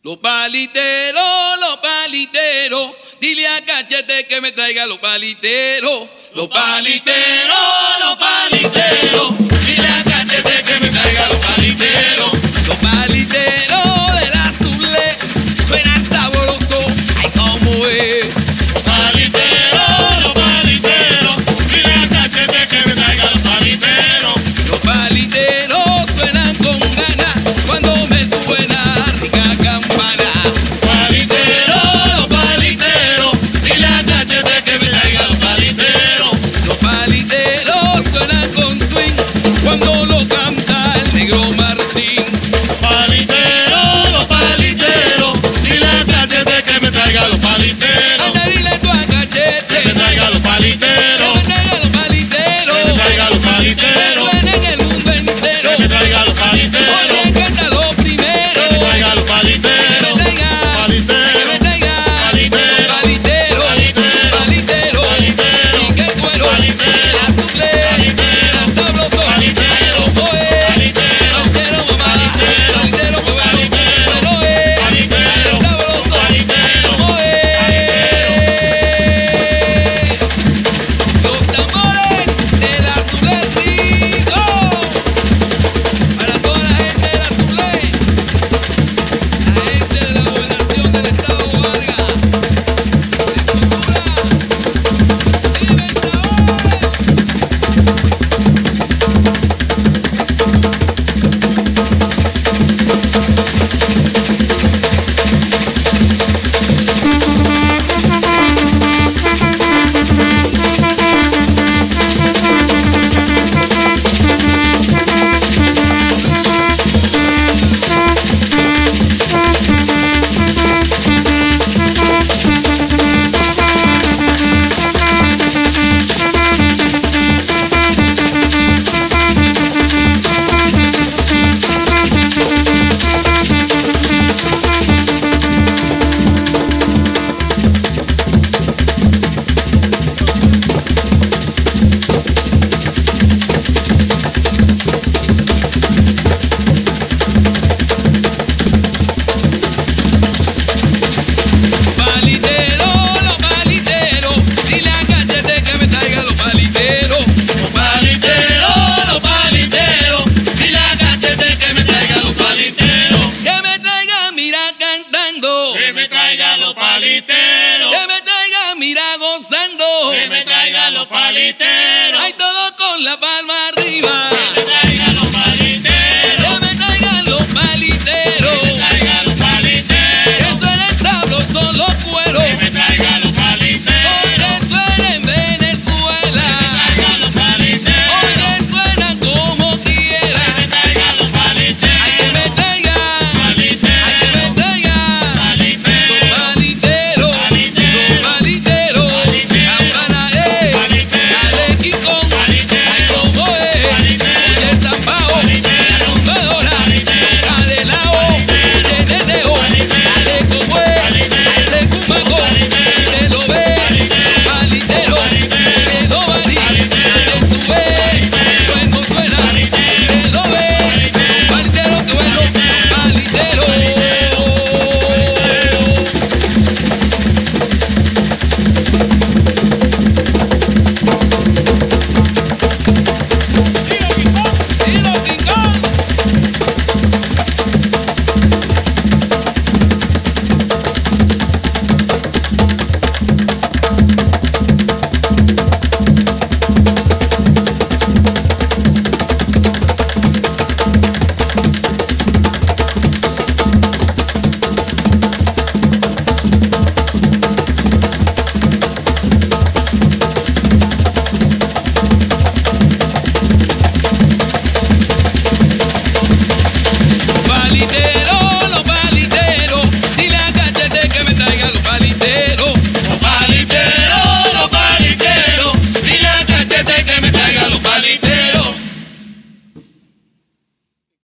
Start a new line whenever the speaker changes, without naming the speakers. Los paliteros, los paliteros, dile a Cachete que me traiga los paliteros, los paliteros.